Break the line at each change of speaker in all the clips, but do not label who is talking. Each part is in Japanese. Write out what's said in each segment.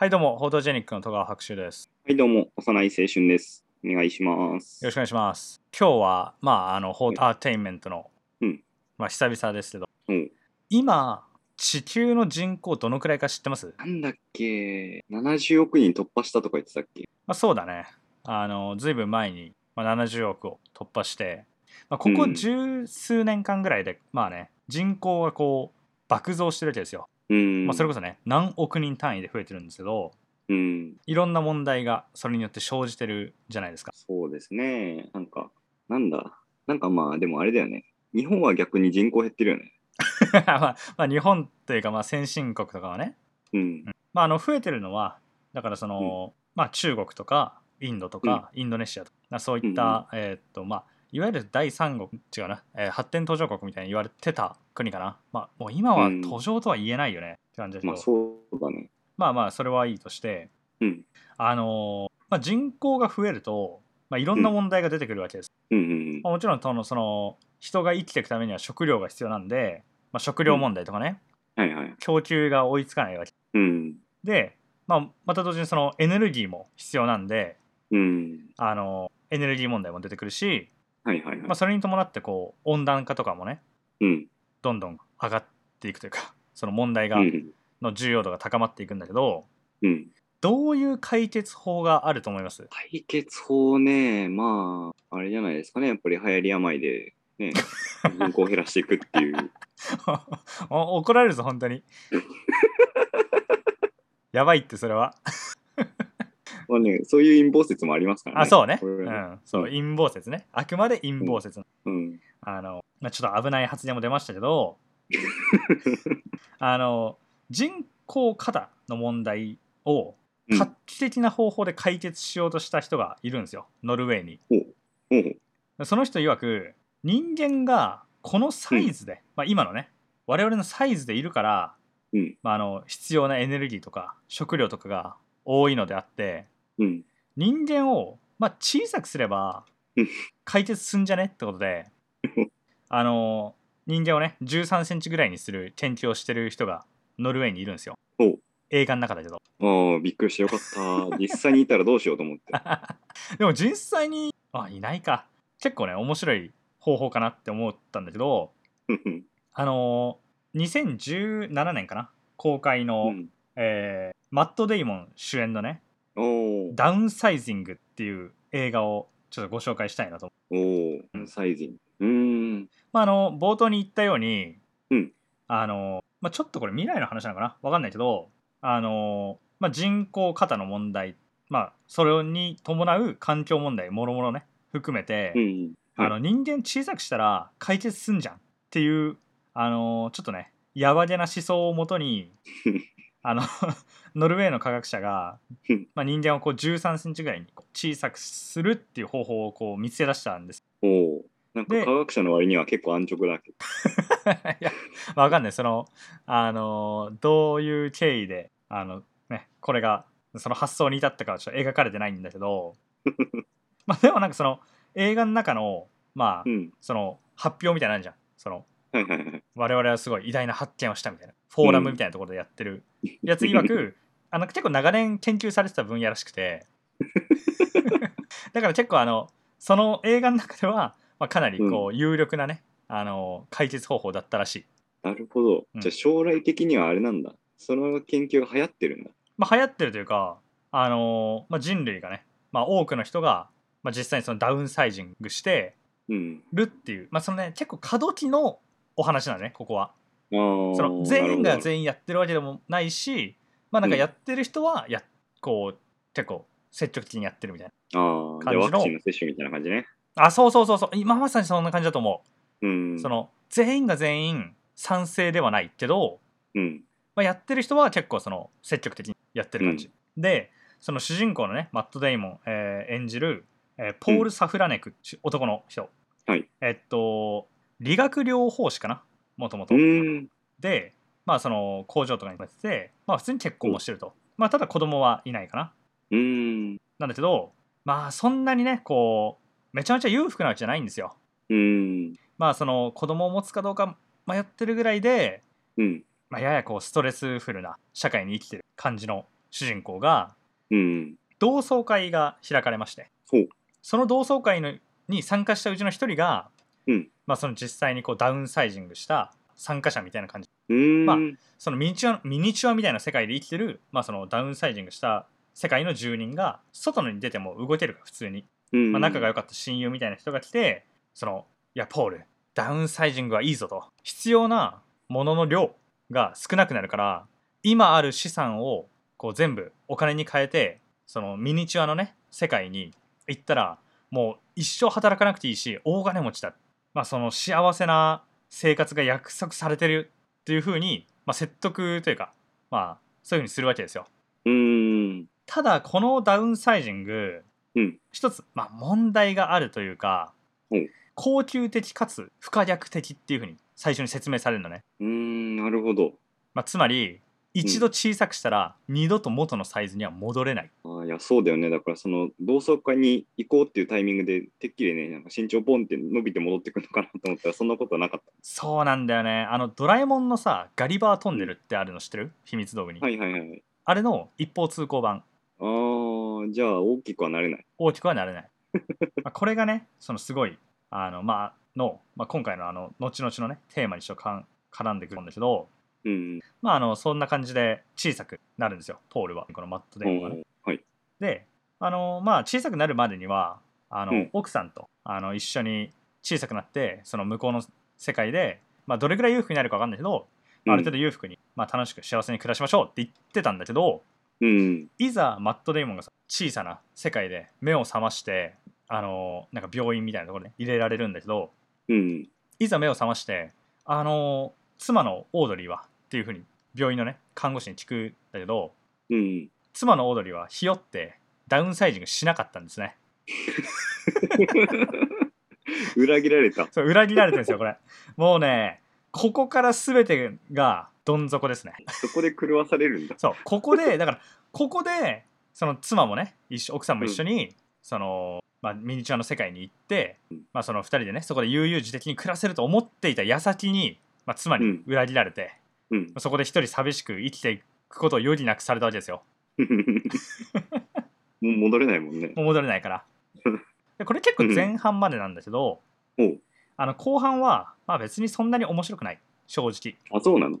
はい、どうも、フォートジェニックの戸川博修です。
はい、どうも、幼い青春です。お願いします。
よろしくお願いします。今日は、まあ、あの、フォートアーテインメントの、
うん
まあ、久々ですけど、
うん
今、地球の人口どのくらいか知ってます、ま
なんだっけ、70億人突破したとか言ってたっけ
あ、そうだね。あの、ずいぶん前に、まあ、70億を突破して、まあ、ここ
うん
十数年間ぐらいで、まあね、人口がこう、爆増してるわけですよ。
うーん。
まあ、それこそね、何億人単位で増えてるんですけど、
うん、
いろんな問題がそれによって生じてるじゃないですか。
そうですね。なんか、なんだ、なんかまあ、でもあれだよね。日本は逆に人口減ってるよね。
まあ、まあ日本というかまあ先進国とかはね、
うん。
まあ、あの増えてるのはだからその、まあ、中国とかインドとか、インドネシアとかまあそういった、えーっとまあ、いわゆる第三国違うな、えー発展途上国みたいに言われてた国かな、まあ、もう今は
うん
途上とは言えないよね、って感じだけど、
まあ、そうだね。
まあまあそれはいいとして、
うん。
あのーまあ、人口が増えると、まあ、いろんな問題が出てくるわけです。
うんうん
まあもちろんそのその人が生きていくためには食料が必要なんで、まあ、食料問題とかね、
うん。はいはい。
供給が追いつかないわけ
うん。
で、まあ、また同時にそのエネルギーも必要なんで
うん。
あのエネルギー問題も出てくるし、
はいはいはい。
まあ、それに伴ってこう温暖化とかもね
うん。
どんどん上がっていくというかその問題
う
が、
ん。
の重要度が高まっていくんだけど
うん。
どういう解決法があると思います
解決法ね、まあ、あれじゃないですかね。やっぱり流行り病で、 ね、人口を減らしていくっていう。
お怒られるぞ本当 にやばいってそれは
まあね、そういう陰謀説もありますからね。
あそうね、
これ
う
はね
ん、そう陰謀説ねあくまで陰謀説
うん。
あの、まあ、ちょっと危ない発言も出ましたけど あの人口過多の問題を
うん
画期的な方法で解決しようとした人がいるんですよノルウェーに
おう
その人曰く人間がこのサイズで、まあ、今のね我々のサイズでいるから、
うん
まあ、あの必要なエネルギーとか食料とかが多いのであって
うん。
人間を、まあ、小さくすれば
うん
解決すんじゃねってことであの人間をね1 3センチぐらいにする研究をしてる人がノルウェーにいるんですよ
おう
映画の中だけど
ああ、びっくりしてよかっ た。実際にいたらどうしようと思って。
でも実際にあいないか結構ね面白い方法かなって思ったんだけど
うん
あの2017年かな公開
う
の、
ん。
えーマット・デイモン主演のね
お
「
ー
ダウンサイジング」っていう映画をちょっとご紹介したいなと
おーサイズ。うーん。
まあ、あの冒頭に言ったように、
うん
あのまあ、ちょっとこれ未来の話なのかなわかんないけどあの、まあ、人口過多の問題、まあ、それに伴う環境問題もろもろね含めて、
うん。はい
あの人間小さくしたら解決すんじゃんっていうあのちょっとねやばげな思想をもと にあのノルウェーの科学者が
うん、
まあ、人間をこう1 3センチぐらいにこう小さくするっていう方法をこう見つけ出したんです
おーなん
で
か科学者の割には結構安直だけど。
いや、わかんない。その、あの、どういう経緯で、あの、ね、これが、その発想に至ったかはちょっと描かれてないんだけ ど、まあでもなんかその、映画の中の、まあ
う、ん。
その、発表みたいなのあるじゃん。その、
はいはいはい。
我々はすごい偉大な発見をしたみたいな、フォーラムみたいなところでやってるやつ曰く、あの、結構長年研究されてた分野らしくて、だから結構あの、その映画の中では、まあ、かなりこう、有力なね、あの、解決方法だったらしい。
なるほど
うん。
じゃあ将来的にはあれなんだ。その研究が流行ってるんだ。
まあ、流行ってるというか、あのーまあ、人類がね、まあ、多くの人が、まあ、実際にそのダウンサイジングして
うん。
るっていう、まあそのね、結構過渡期のお話なのねここは
あー
その全員が
なるほど
全員やってるわけでもないし、まあ、なんかやってる人はや、こう結構積極的にやってるみたい
ああ、じゃ
感
あ
じの
ワクチンの接種みたいな感じね。
なあそうそうそうそう今まさにそんな感じだと思
うん
う、。その全員が全員賛成ではないけど、
うん。
まあ、やってる人は結構その積極的にやってる感じ、でその主人公のねマット・デイモン、えー演じる、えーポール・サフラネク、し男の人、
はい
えっと理学療法士かなもともと
うーん。
でまあその工場とかに勤めてて、まあ、普通に結婚もしてると、まあただ子供はいないかな
うーん。
なんだけどまあそんなにねこうめちゃめちゃ裕福なわけじゃないんですよ
うん。
まあその子供を持つかどうか迷ってるぐらいで、
うん。
まあ、ややこうストレスフルな社会に生きてる感じの主人公が
うん。
同窓会が開かれまして
ほう
その同窓会のに参加したうちの一人が、
うん
まあ、その実際にこうダウンサイジングした参加者みたいな感じ
うーん。
まあそのミニチュアミニチュアみたいな世界で生きてる、まあ、そのダウンサイジングした世界の住人が外に出ても動けるから普通に、
うん
まあ、仲が良かった親友みたいな人が来てそのいやポールダウンサイジングはいいぞと必要なものの量が少なくなるから今ある資産をこう全部お金に変えてそのミニチュアのね世界に行ったらもう一生働かなくていいし大金持ちだ、まあ、その幸せな生活が約束されてるっていうふうに、まあ、説得というか、まあ、そういうふうにするわけですよ
うーん。
ただこのダウンサイジング、
うん
一つ、まあ、問題があるというか、
うん
恒久的かつ不可逆的っていうふうに最初に説明されるのね、
うーん。なるほど。
まあ、つまり一度小さくしたら二度と元のサイズには戻れない
あーいや、そうだよね。だから、その、同窓会に行こうっていうタイミングで、てっきりね、なんか身長ポンって伸びて戻ってくるのかなと思ったら、そんなことはなかっ
そうなんだよねあのドラえもんのさガリバートンネルってあるの知ってる秘密道具に、
た。はいはいはい。
あれの一方通行版
ああ、じゃあ、大きくはなれない。
大きくはなれ ないまあこれがねそのすごいあのまあの、まあ、今回のあの後々のねテーマに一緒かん絡んでくるんだけど
うん。
まああのそんな感じで小さくなるんですよポールはこのマット・デイモンがね。
はい。
であのまあ小さくなるまでにはあの、
うん
奥さんとあの一緒に小さくなってその向こうの世界で、まあ、どれぐらい裕福になるか分かんないけど、まあある程度裕福に、まあ、楽しく幸せに暮らしましょうって言ってたんだけど
うん。
いざマット・デイモンがさ小さな世界で目を覚ましてあのなんか病院みたいなところに入れられるんだけど
うん。
いざ目を覚ましてあの妻のオードリーはっていうふうに病院のね看護師に聞くんだけど
うん。
妻のオードリーはひよってダウンサイジングしなかったんですね
裏切られた。
そう裏切られてるんですよこ れもうねここから全てがどん底ですね
そこで狂わされるんだ。
そうここ でだからここでその妻もね一緒奥さんも一緒に、その、まあ、ミニチュアの世界に行って、
うん
まあ、その2人でねそこで悠々自適に暮らせると思っていた矢先に、まあ、妻
う
に
ん
裏切られて、
うん。
そこで一人寂しく生きていくことを余儀なくされたわけですよ
もう戻れないもんね。
もう戻れないからでこれ結構前半までなんだけど、
おう
あの後半は、まあ、別にそんなに面白くない正直、
あ、そうなの。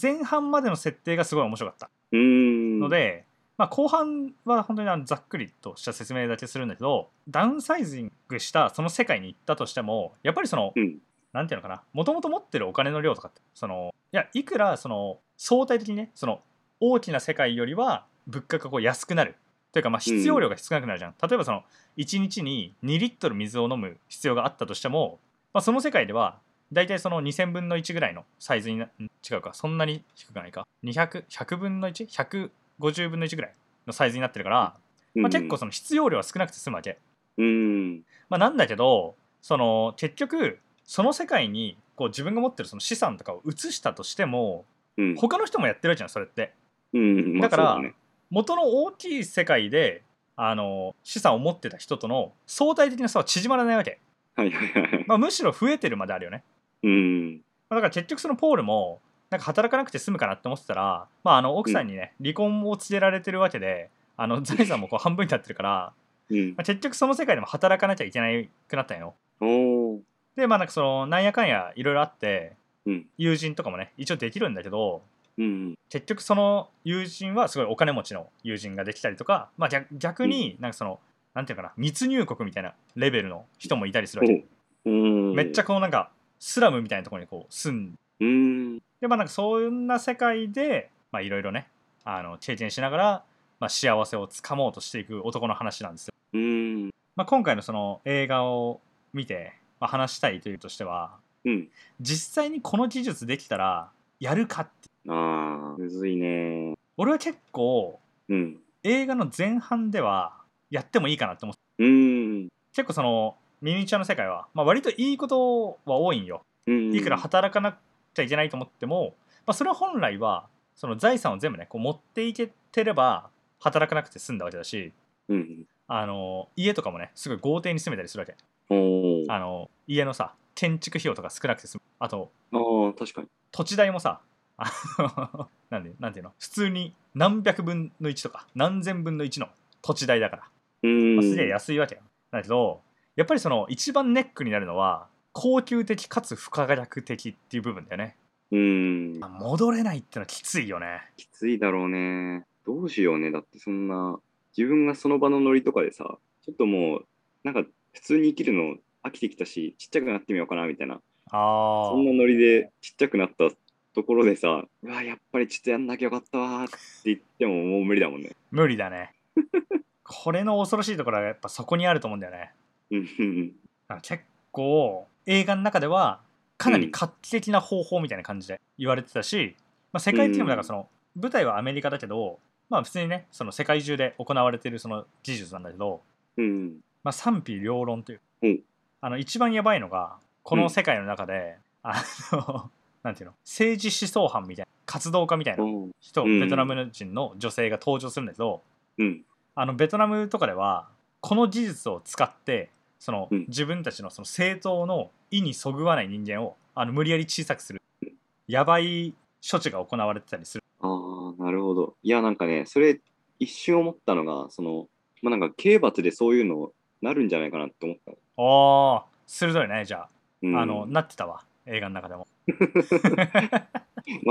前半までの設定がすごい面白かった
うーん。
の、で、まあ、後半は本当にあのざっくりとした説明だけするんだけどダウンサイジングしたその世界に行ったとしてもやっぱりその
うん。
なんていうのかなもともと持ってるお金の量とかってそのいやいくらその相対的にねその大きな世界よりは物価がこう安くなるというかまあ必要量が少なくなるじゃん、例えばその1日に2リットル水を飲む必要があったとしても、まあ、その世界では大体その2000分の1ぐらいのサイズになん違うかそんなに低くないか200100分の1150分の1ぐらいのサイズになってるから、まあ、結構その必要量は少なくて済むわけ
うん。
まあ、なんだけどその結局その世界にこう自分が持ってるその資産とかを移したとしても
うん。
他の人もやってるわけじゃんそれって
うん。まあ
だから
そうね
元の大きい世界であの資産を持ってた人との相対的な差は縮まらないわけ、
はいはいはい。
まあ、むしろ増えてるまであるよね、
うん。
まあ、だから結局そのポールもなんか働かなくて済むかなって思ってたら、まあ、あの奥さんにね離婚を告げられてるわけであの財産もこう半分になってるから、
うん
まあ、。結局その世界でも働かなきゃいけなくなったんよ
おお。
でまあなんかそのなんやかんやいろいろあって
うん。
友人とかもね一応できるんだけど
うん。
結局その友人はすごいお金持ちの友人ができたりとか、まあ、逆逆になんかその、なんていうのかな密入国みたいなレベルの人もいたりするわけ、
おお。
めっちゃ。こうなんかスラムみたいなところにこう住ん
うん。
でまあなんかそんな世界でまあいろいろねあの経験しながら、まあ、幸せをつかもうとしていく男の話なんですよ、
うん。
まあ、今回のその映画を見て、まあ、話したいというとしては
うん。
実際にこの技術できたらやるかって
ああ、むずいね。
俺は結構
うん。
映画の前半ではやってもいいかなって思って
うん。
結構そのミニチュアの世界は、まあ、割といいことは多いんよ
うん。
いくら働かなくちゃいけないと思っても、まあ、それは本来はその財産を全部ねこう持っていけてれば働かなくて済んだわけだし
うん。
あの家とかもねすごい豪邸に住めたりするわけ
おお。あ
あの家のさ建築費用とか少なくて済むあと
あー、確かに。
土地代もさあのなんでなんていうの普通に何百分の1とか何千分の1の土地代だから、
うん
まあ、すげえ安いわけよだけどやっぱりその一番ネックになるのは恒久的かつ不可逆的っていう部分だよね
うん
あ戻れないってのはきついよね
きついだろうねどうしようねだってそんな自分がその場のノリとかでさちょっともうなんか普通に生きるの飽きてきたしちっちゃくなってみようかなみたいな
ああ
そんなノリでちっちゃくなったところでさうわやっぱりちょっとやんなきゃよかったわーって言ってももう無理だもんね
無理だ ねこれの恐ろしいところはやっぱそこにあると思うんだよね
うん
あの結構映画の中ではかなり画期的な方法みたいな感じで言われてたし、まあ、世界的にもだからその舞台はアメリカだけど、まあ、普通にねその世界中で行われてるその技術なんだけど、
うん
まあ、賛否両論という、
うん
あの一番やばいのがこの世界の中で、あの なんていうの政治思想犯みたいな活動家みたいな
うん
人、
うん
ベトナム人の女性が登場するんだけど、
うん
あのベトナムとかではこの技術を使ってその、
うん
自分たちのその政党の意にそぐわない人間をあの無理やり小さくするやばい処置が行われてたりする
ああ、なるほど。いや、なんかね、それ、一瞬思ったのが、その、まあ、なんか、刑罰でそういうのなるんじゃないかなって思った。
ああ鋭いねじゃあ,、
うん、
あのなってたわ映画の 中でも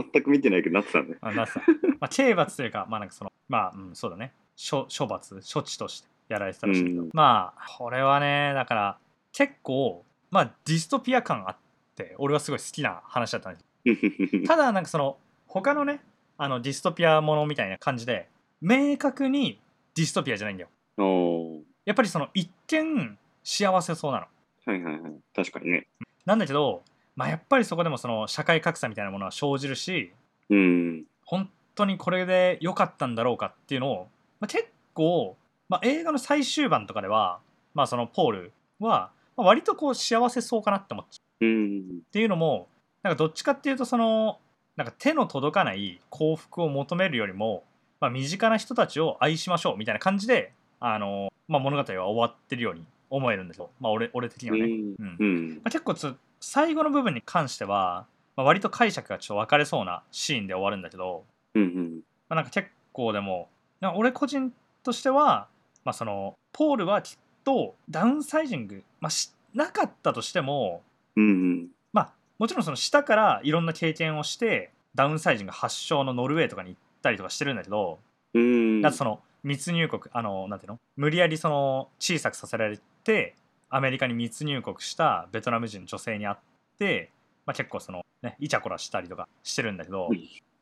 全く見てないけど、なってた ね。
あなってた、まあ、刑罰というかまあなんかそのまあ、うん、そうだね処処罰処置としてやられてたらしいけど、
うん
まあこれはねだから結構まあディストピア感あって俺はすごい好きな話だったんですただなんかその他のねあのディストピアものみたいな感じで明確にディストピアじゃないんだよ
おお
やっぱりその一見幸せそうなの
はいはいはい。確かにね。
なんだけど、まあ、やっぱりそこでもその社会格差みたいなものは生じるし
うん。
本当にこれで良かったんだろうかっていうのを、まあ、結構、まあ、映画の最終盤とかでは、まあ、そのポールは、まあ、割とこう幸せそうかなって思っちゃう
うん
っ。ていうのもなんかどっちかっていうとそのなんか手の届かない幸福を求めるよりも、まあ、身近な人たちを愛しましょうみたいな感じであの、まあ、物語は終わってるように思えるんですよ、まあ、俺俺的に
う
はね。
ん
うん
う
ま
ん。
あ、結構つ最後の部分に関しては、まあ、割と解釈がちょっと分かれそうなシーンで終わるんだけど、
うん。
まあ、なんか結構でもなんか俺個人としては、まあ、そのポールはきっとダウンサイジング、まあ、しなかったとしても
うん。
まあもちろんその下からいろんな経験をしてダウンサイジング発祥のノルウェーとかに行ったりとかしてるんだけど、
うん。
あとその密入国あのなんていうの無理やりその小さくさせられてアメリカに密入国したベトナム人の女性に会って、まあ、結構そのねイチャコラしたりとかしてるんだけど、
う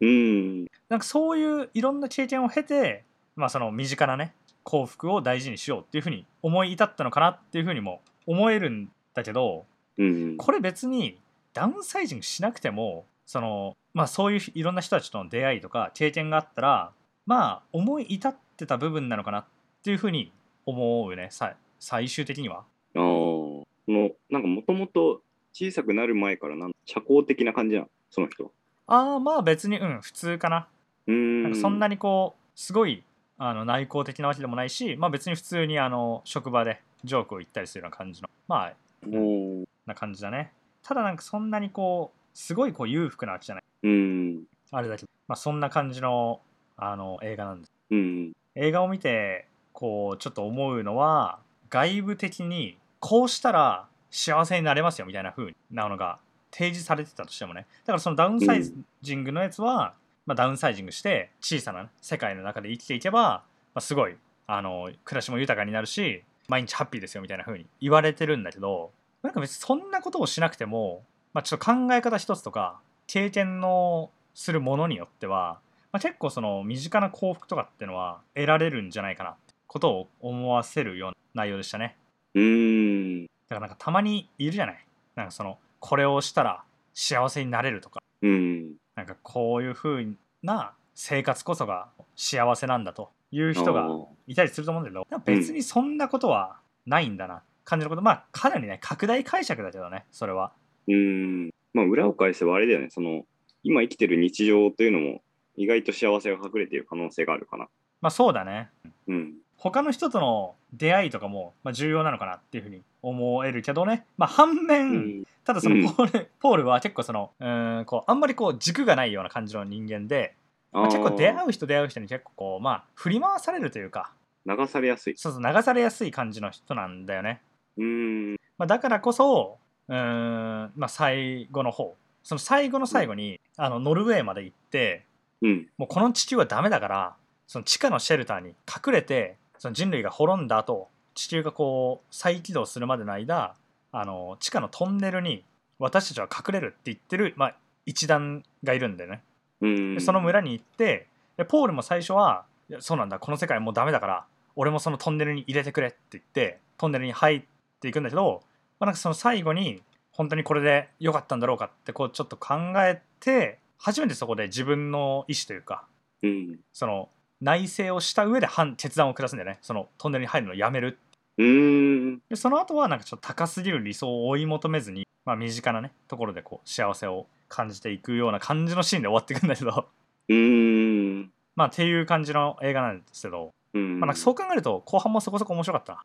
んうん。
なんかそういういろんな経験を経て、まあ、その身近なね幸福を大事にしようっていうふうに思い至ったのかなっていうふうにも思えるんだけど、
うん。
これ別にダウンサイジングしなくてもその、まあ、そういういろんな人たちとの出会いとか経験があったらまあ思い至ってた部分なのかなっていうふうに思うねさ最終的には。
ああ。その、なんか、もともと小さくなる前から、なん社交的な感じなの、その人は。
ああまあ別にうん普通かな。
う
なん
ん。
かそんなにこうすごいあの内向的なわけでもないし、まあ、別に普通にあの職場でジョークを言ったりするような感じのまあ
おー
な感じだね。ただなんかそんなにこうすごいこう裕福なわけじゃない
うん。
あれだけど、まあ、そんな感じのあの映画なんで
うん。
映画を見てこうちょっと思うのは外部的にこうしたら幸せになれますよみたいな風なのが提示されてたとしてもねだからそのダウンサイジングのやつは、まあ、ダウンサイジングして小さな世界の中で生きていけば、まあ、すごいあの暮らしも豊かになるし毎日ハッピーですよみたいな風に言われてるんだけどなんか別にそんなことをしなくても、まあ、ちょっと考え方一つとか経験のするものによってはまあ、結構その身近な幸福とかっていうのは得られるんじゃないかなってことを思わせるような内容でしたね
うん。
だからなんかたまにいるじゃないなんかそのこれをしたら幸せになれるとか
うん。
なんかこういう風な生活こそが幸せなんだという人
あ
が
ー
いたりすると思うんだけどなんか別にそんなことはないんだな感じることまあかなりね拡大解釈だけどねそれは
うん。まあ、裏を返せばあれだよね。その、今生きてる日常というのも、意外と幸せが隠れている可能性があるかな。
まあそうだね
うん。
他の人との出会いとかも、まあ、重要なのかなっていうふうに思えるけどね、まあ、反面、
うん。
ただその
うん
ポール,、ポールは結構そのうーんこうあんまりこう軸がないような感じの人間で
あ
まあ
ー
結構出会う人出会う人に結構こうまあ振り回されるというか
流されやすい。
そうそう流されやすい感じの人なんだよね、
うーん。
まあ、だからこそうーんまあ最後の方その最後の最後にあのノルウェーまで行って
うん。
もうこの地球はダメだからその地下のシェルターに隠れてその人類が滅んだ後地球がこう再起動するまでの間あの地下のトンネルに私たちは隠れるって言ってる、まあ、一団がいるんだよね
う
で
ーん。
その村に行ってでポールも最初はいやそうなんだこの世界もうダメだから俺もそのトンネルに入れてくれって言ってトンネルに入っていくんだけど、まあ、なんかその最後に本当にこれで良かったんだろうかってこうちょっと考えて初めてそこで自分の意思というか
うん。
その内省をした上で判決断を下すんだよねそのトンネルに入るのをやめる
うーん。
でその後はなんかちょっと高すぎる理想を追い求めずに、まあ、身近なねところでこう幸せを感じていくような感じのシーンで終わっていくんだけど
うーん。
まあっていう感じの映画なんですけど、
うん。
まあ、なんかそう考えると後半もそこそこ面白かったな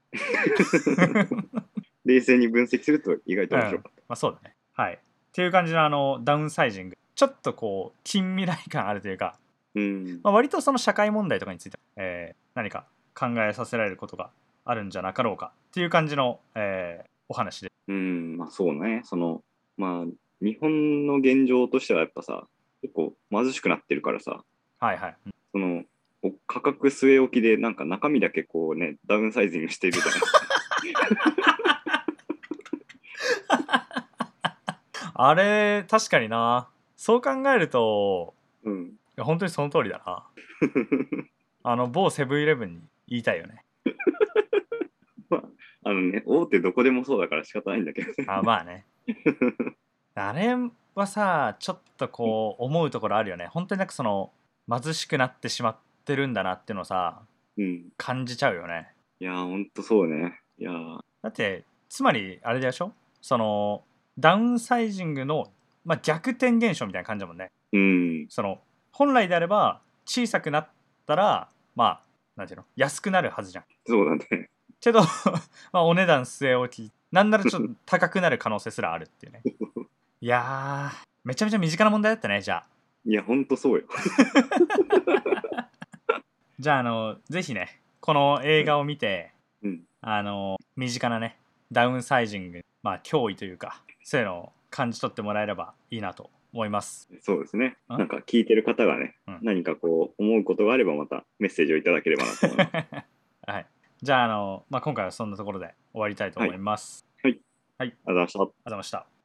冷静に分析すると意外と面白かっ
まあそうだねはいっていう感じのあのダウンサイジングちょっとこう近未来感あるというか、
た。うん。
まあ、割とその社会問題とかについて、えー何か考えさせられることがあるんじゃなかろうかっていう感じの、えーお話で
うん、まあそうね。その、まあ、日本の現状としてはやっぱさ、結構貧しくなってるからさ、
はいはい
その、お価格据え置きで、なんか中身だけこうね、ダウンサイジングしてるじゃないですか。
あれ確かになそう考えると
うん。
いや本当にその通りだなあの某セブンイレブンに言いたいよね
まあ、 あのね、大手どこでもそうだから仕方ないんだけどね。
あまあねあれはさちょっとこう思うところあるよね本当になんかその貧しくなってしまってるんだなっていうのをさ
うん。
感じちゃうよね
いやー、ほんとそうね。いやー、
だってつまりあれでしょそのダウンサイジングの、まあ、逆転現象みたいな感じだもんね
うん。
その本来であれば小さくなったらまあなんていうの安くなるはずじゃん
そうだね。
けど まあお値段据え置きなんならち ょっと高くなる可能性すらあるっていうねいやーめちゃめちゃ身近な問題だったねじゃあ
いや、ほんとそうよ。
じゃああのぜひねこの映画を見て、
うん。
あの身近なねダウンサイジングまあ脅威というかそういうのを感じ取ってもらえればいいなと思います
そうですね。
あ
なんか聞いてる方がね、
うん
何かこう、思うことがあればまたメッセージをいただければなと思います。
はいじゃああの、まあ、今回はそんなところで終わりたいと思います、
ありがとうございました。
ありがとうございました